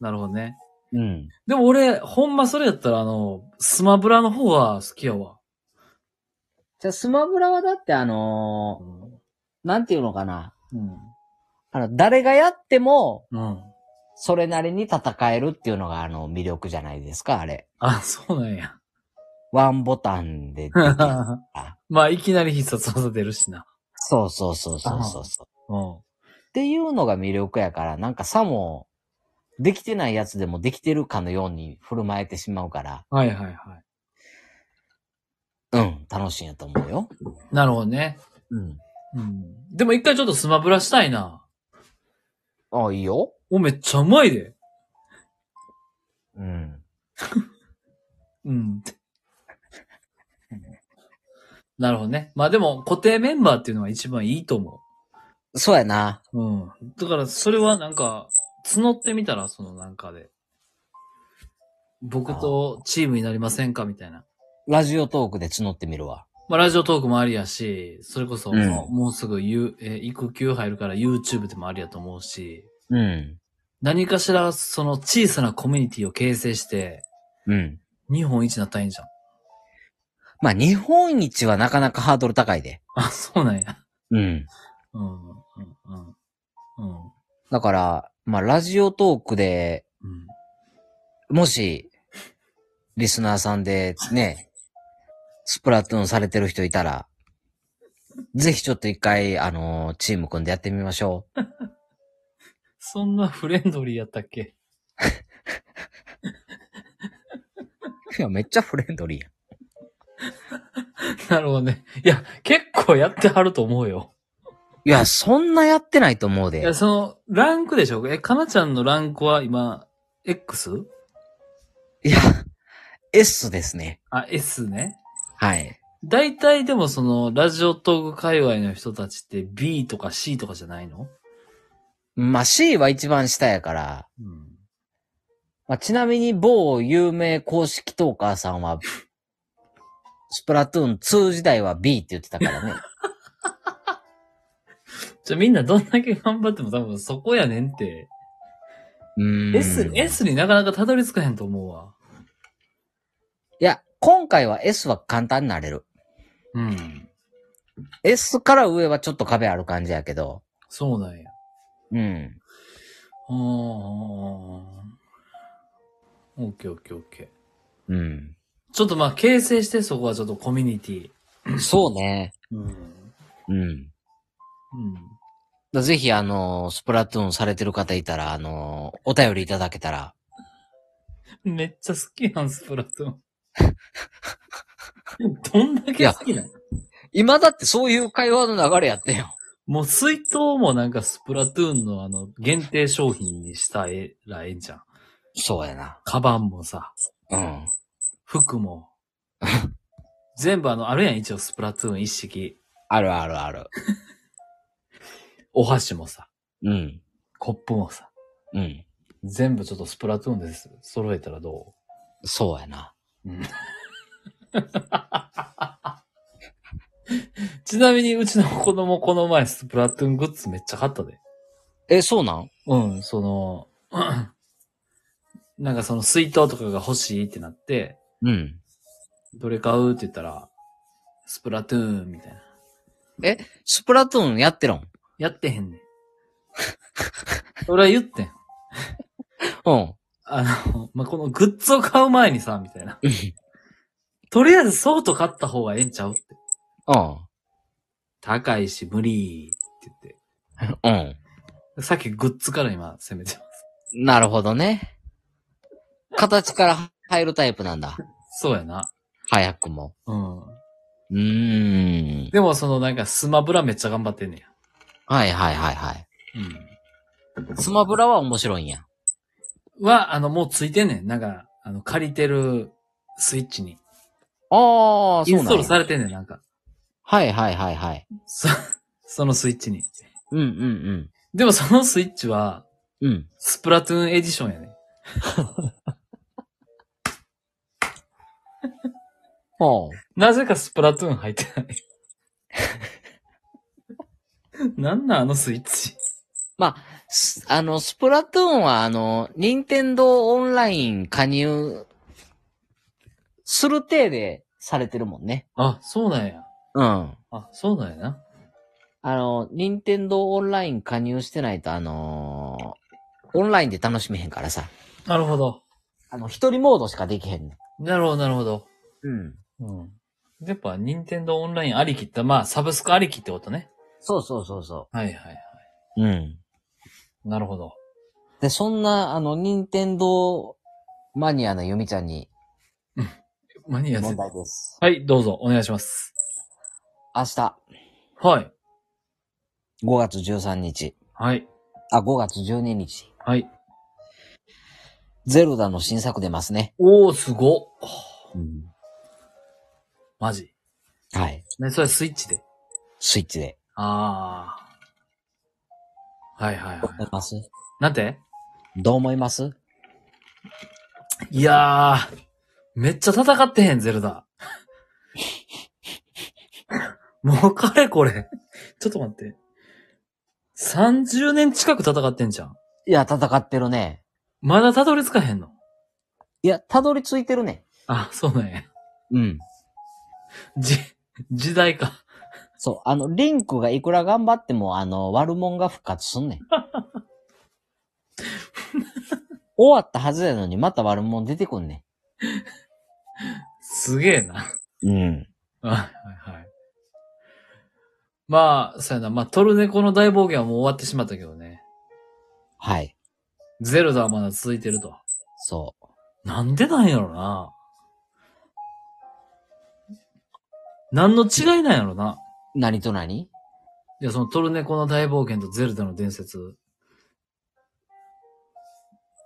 なるほどね。うん。でも俺、ほんまそれやったら、あの、スマブラの方が好きやわ。じゃあ、スマブラはだってあうのん。ーなんていうのかな。うん。あの、誰がやっても、うん、それなりに戦えるっていうのが、あの、魅力じゃないですか、あれ。あ、そうなん や。ワンボタンででき るからまあ、いきなり必殺技出るしな。そうそうそうそうそうそう。うん。っていうのが魅力やから、なんかさも、できてないやつでもできてるかのように振る舞えてしまうから、はいはいはい。うん、楽しいんやと思うよ。なるほどね。うん。うん。でも一回ちょっとスマブラしたいな。ああ、いいよ。お、めっちゃうまいで。うん。 うん。なるほどね。まあでも固定メンバーっていうのが一番いいと思そうやな。う。うん。だからそれはなんか、募ってみたら、そのなんかで。僕とチームになりませんかみたいな。ラジオトークで募ってみるわ。まあラジオトークもありやし、それこそ、うんもうすぐ、ゆえー育休入るから YouTube でもありやと思うし、うん。何かしらその小さなコミュニティを形成して、うん。日本一になったらいいんじゃん。まあ、日本一はなかなかハードル高いで。あ、そうなんや。うん。うん、うん、うん。うん。だから、まあ、ラジオトークで、うんもし、リスナーさんでね、スプラトゥーンされてる人いたら、ぜひちょっと一回、あのーチーム組んでやってみましょう。そんなフレンドリーやったっけ いや、めっちゃフレンドリーやん。なるほどね。いや、結構やってはると思うよ。いや、そんなやってないと思ういでや、。その、ランクでしょえ、かなちゃんのランクは今、X? いや、S ですね。あ、S ね。はい。大体でもその、ラジオトーク界隈の人たちって B とか C とかじゃないのまあ、C は一番下やから、うん。まあ、ちなみに某有名公式トーカーさんは、スプラトゥーン2時代は B って言ってたからね。じゃあみんなどんだけ頑張っても多分そこやねんって。うーん S、S になかなかたどり着かへんと思うわ。いや、今回は S は簡単になれる。うん。 S から上はちょっと壁ある感じやけど。そうなんや。うん。あーオッケーオッケーオッケー。うん。ちょっとまあ形成してそこはちょっとコミュニティ。そうね。うん。うん。うん。ぜひ、あの、スプラトゥーンされてる方いたら、あの、お便りいただけたら。めっちゃ好きやん、スプラトゥーン。 どんだけ好きなん今だってそういう会話の流れやってよ。もう水筒もなんかスプラトゥーンのあの限定商品にしたらええんじゃん。そうやな。カバンもさ、うん。服も。全部あの、あるやん、一応スプラトゥーン一式。あるあるある。お箸もさ、うん。コップもさ。うん。全部ちょっとスプラトゥーンです。揃えたらどそうやな。う、ちなみにうちの子供この前スプラトゥーングッズめっちゃ買ったで。え、そうなんうん、その、 なんかその水筒とかが欲しいってなって、うん。どれ買うって言ったら、スプラトゥーンみたいな。スプラトゥーンやってるんやってへんねん。俺は言ってん。うん。あの、まあ、このグッズを買う前にさ、みたいな。うん。とりあえずソート買った方がええんちゃうって。うん。高いし無理って言って。うん。さっきグッズから今攻めてます。なるほどね。形から入るタイプなんだ。そうやな。早くも。うん。うーん。でもそのなんかスマブラめっちゃ頑張ってんねはいはいはいはい。や。スマブラは面白いんや。うん。は、あの、もうついてんねん。なんか、あの、借りてるスイッチに。ああ、イそうンスなトーんルやされてんねん、なんか。はいはいはいはい。そ、 そのスイッチに。うんうんでもそのスイッチは、うん。うん。スプラトゥーンエディションやねん。ほう。なぜかスプラトゥーン入ってない。 なんなんあのスイッチ。すあの、スプラトゥーンは、あの、任天堂オンライン加入する体でされてるもんね。あ、そうなんや。うん。あ、そうなんやな。あの、任天堂オンライン加入してないと、あのーオンラインで楽しめへんからさ。なるほど。あの、一人モードしかできへんねん。なるほど、なるほど。うん。うん。やっぱ、任天堂オンラインありきって、まあ、サブスクありきってことね。そうそうそうそはいはいはい。う。うん。なるほど。で、そんな、あの、任天堂マニアのゆみちゃんにマニア問先生題です。はい、どうぞ、お願いします。明日、はい。 5月13日、はい。あ、5月12日、はい。ゼルダの新作出ますね。おー、すごっ。うん。マジ。はい。ね、それスイッチで。スイッチで。あー。はいはいどうは思いますい。なんてどう思いますいやー、めっちゃ戦ってへん、ゼルダ。 もうかれこれ。ちょっと待って。30年近く戦ってんじゃん。いや、戦ってるね。まだたどり着かへんのいや、たどり着いてるね。あ、そうなんや。うん。じ、時代か。そう、あの、リンクがいくら頑張っても、あの、悪者が復活すんねん。終わったはずやのに、また悪者出てくんねすげえな。ん。うん。はいはいはい。まあ、そうやな。まあ、トルネコの大冒険はもう終わってしまったけどね。はい。ゼルダはまだ続いてると。そなんでなんやろな。何の違いなんやろな。う。何と何いや、そのトルネコの大冒険とゼルダの伝説。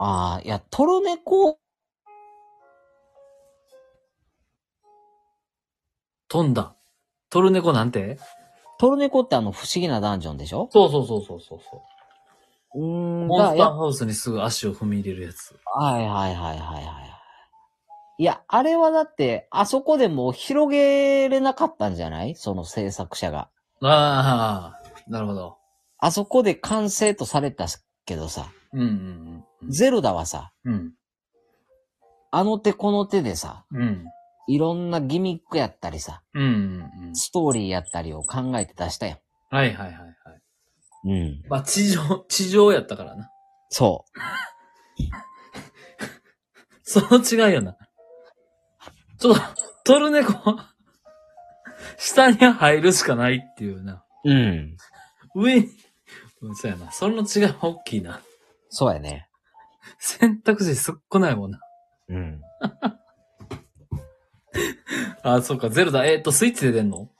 ああ、いや、トルネコ、飛んだ。トルネコなんてトルネコってあの、不思議なダンジョンでしょそうそうそうそうそうそうーう。ん。モンがスターハウスにすぐ足を踏み入れるやつ。はいはいはいはいはい。いや、あれはだって、あそこでもう広げれなかったんじゃないその制作者が。ああ、なるほど。あそこで完成とされたけどさ、うんうんゼルダはさ、うん。うん。あの手この手でさ、うん。いろんなギミックやったりさ、うんうんうん。ストーリーやったりを考えて出したやはいはいはいはい。ん。うん。まあ、地上、地上やったからな。 そその違いよな。ちょっと、トルネコ、 下に入るしかないっていうな。う。うん。上に、うんそうやな。その違いは大きいな。そうやね。選択肢すっこないもんな。うん。あ、そうか、ゼルダ、えっ、と、スイッチで出んの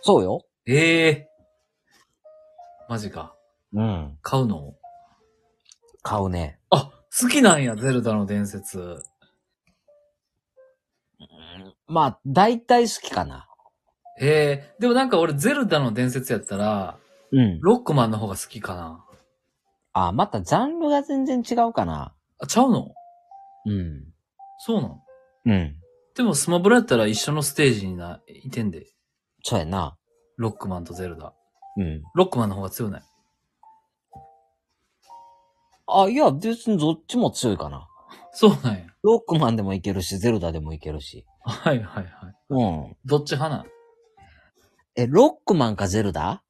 そうよ。ええマジか。うん。買うの買うね。あ、好きなんや、ゼルダの伝説。まあ、大体好きかな。ええでもなんか俺、ゼルダの伝説やったら、うん。ロックマンの方が好きかな。あ、またジャンルが全然違うかな。あ、ちゃうのうん。そうなのうん。でもスマブラやったら一緒のステージにないてんで。そうやな。ロックマンとゼルダ。うん。ロックマンの方が強ない。あ、いや、別にどっちも強いかな。そうなんや。ロックマンでもいけるし、ゼルダでもいけるし。はいはいはい。うん。どっち派なんえ、ロックマンかゼルダ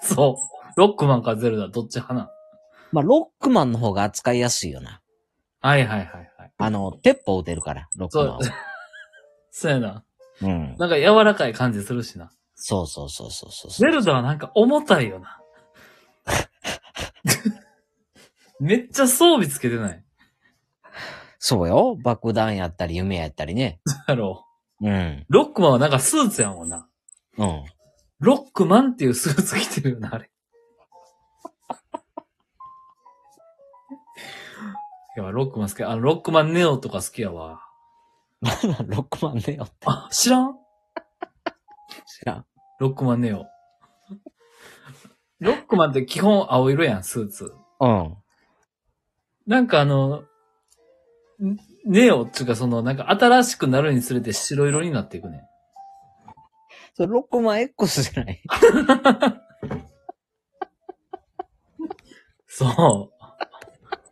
そう。ロックマンかゼルダ、どっち派なんまあ、ロックマンの方が扱いやすいよな。はいはいはいはい。あの、鉄砲撃てるから、ロックマそンうは。。そうやな。うん。なんか柔らかい感じするしな。そうそうそうそうそうゼそう。ルダはなんか重たいよな。 めっちゃ装備つけてない。そうよ。爆弾やったり、夢やったりね。だろうん。う。ロックマンはなんかスーツやもんな。うん。 ロックマンっていうスーツ着てるよな、あ れ。いや、ロックマン好き。あの、ロックマンネオとか好きやわ。ロックマンだよって。あ、知らん知らん。ロックマンネオ。ロックマンって基本青色やん、スーツ。うん。なんかあの、んネオっていうかその、なんか新しくなるにつれて白色になっていくね。それロックマン X じゃないそう。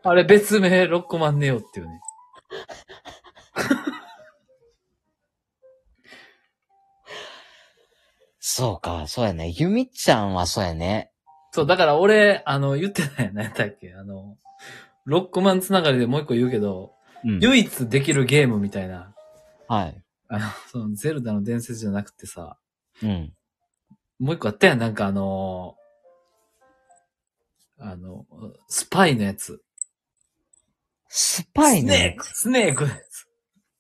あれ別名6個万ねよっていうね。そうか、そうやね。ゆみちゃんはそうやね。そう、だから俺、あの、言ってない何やったっけあの、ロックマンつながりでもう一個言うけど、うん。唯一できるゲームみたいな、はい。あの、そのゼルダの伝説じゃなくてさ、うん。もう一個あったやん、なんかあのあの、スパイのやつ。スパイスねネークスネークのやつ。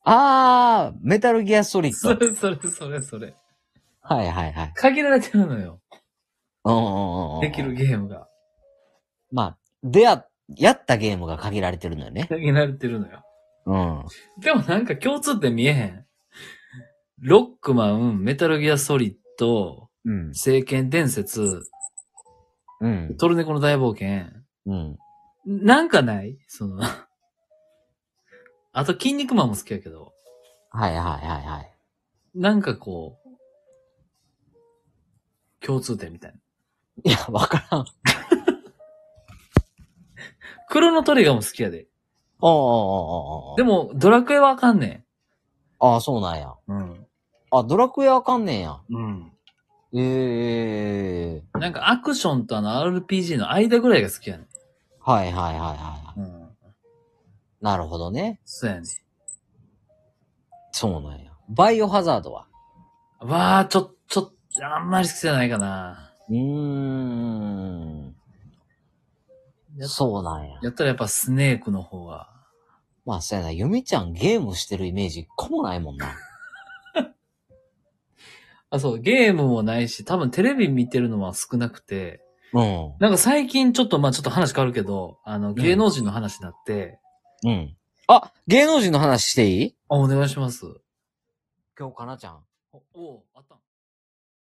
あー、メタルギアソリそッド。れそれそれそれ。はいはいはい。限られてるのよ。うんうんうんうん。できるゲームが。まあ、出会っ、やったゲームが限られてるのよね。限られてるのよ。うん。でもなんか共通って見えへん。ロックマン、メタルギアソリッド、うん。聖剣伝説、うん。トルネコの大冒険。うん。なんかないその。あと、筋肉マンも好きやけど、はいはいはいはい。なんかこう、共通点みたいな。いや、わからん。クロノトリガーも好きやで。おおおおでも。も、ドラクエはあかんねああ、そうなんや。ん。うん。あ、ドラクエあかんねんや。うん。ええなんかアクションとあの RPG の間ぐらいが好きやねん。はいはいはいはいはい。うん。なるほどね。そうやねそうなんや。バイオハザードはん。わあ、ちょ、ちょ、あんまり好きじゃないかな。うーん。やそうなんや。やったらやっぱスネークの方が。まあ、そうやな。ゆみちゃんゲームしてるイメージ一個もないもんな。あ、そう、ゲームもないし、多分テレビ見てるのは少なくて、うん。なんか最近ちょっと、まあちょっと話変わるけど、あの、芸能人の話になって、うん。あ、芸能人の話していいあ、お願いします。今日かなちゃん。お、おあったん